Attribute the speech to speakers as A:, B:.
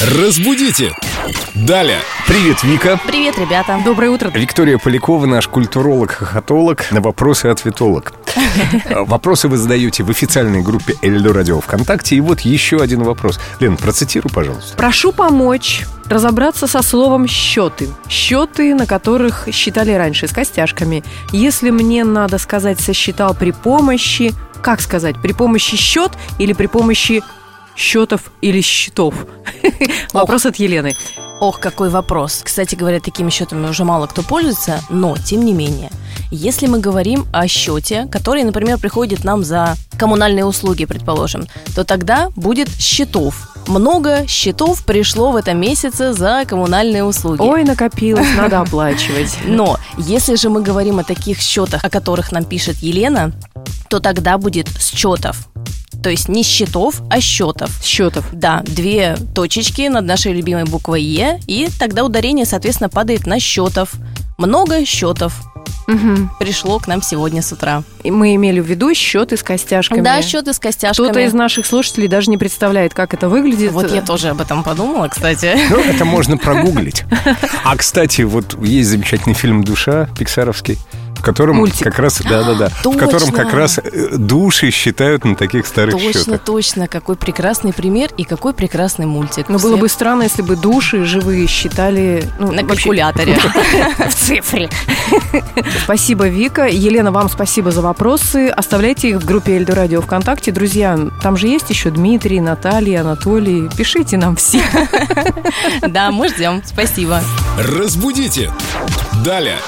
A: Разбудите! Далее. Привет, Вика.
B: Привет, ребята.
C: Доброе утро.
A: Виктория Полякова, наш культуролог-хохотолог, на вопросы ответолог. А, Вопросы вы задаете в официальной группе Эльдо Радио ВКонтакте. И вот еще один вопрос. Лен, процитируй, пожалуйста.
C: Прошу помочь разобраться со словом «счеты». Счеты, на которых считали раньше, с костяшками. Если мне надо сказать «сосчитал при помощи», как сказать, при помощи счет или при помощи счетов или счетов? Вопрос от Елены.
B: Ох, какой вопрос. Кстати говоря, такими счетами уже мало кто пользуется, но тем не менее. Если мы говорим о счете, который, например, приходит нам за коммунальные услуги, предположим, то тогда будет счетов. Много счетов пришло в этом месяце за коммунальные услуги.
C: Ой, накопилось, надо оплачивать.
B: Но если же мы говорим о таких счетах, о которых нам пишет Елена, то тогда будет счетов. То есть не счетов, а счетов.
C: Счетов.
B: Да, две точечки над нашей любимой буквой Е, и тогда ударение, соответственно, падает на счетов. Много счетов
C: Мгм.
B: пришло к нам сегодня с утра.
C: И мы имели в виду счеты с костяшками.
B: Да, счеты с костяшками.
C: Кто-то из наших слушателей даже не представляет, как это выглядит.
B: Вот я тоже об этом подумала, кстати.
A: Ну, это можно прогуглить. А, кстати, вот есть замечательный фильм «Душа» пиксаровский, в котором
C: Мультик.
A: как раз, да, да, да, в
B: А, Точно.
A: котором как раз э, души считают на таких старых
B: Точно,
A: счетах.
B: точно. Какой прекрасный пример и какой прекрасный мультик.
C: Но Ну, было бы странно, если бы души живые считали... ну,
B: на
C: вообще-
B: калькуляторе.
C: в цифре. Спасибо, Вика. Елена, вам спасибо за вопросы. Оставляйте их в группе Эльдо Радио ВКонтакте. Друзья, там же есть еще Дмитрий, Наталья, Анатолий. Пишите нам все.
B: Да, мы ждем. Спасибо.
D: Разбудите! Далее!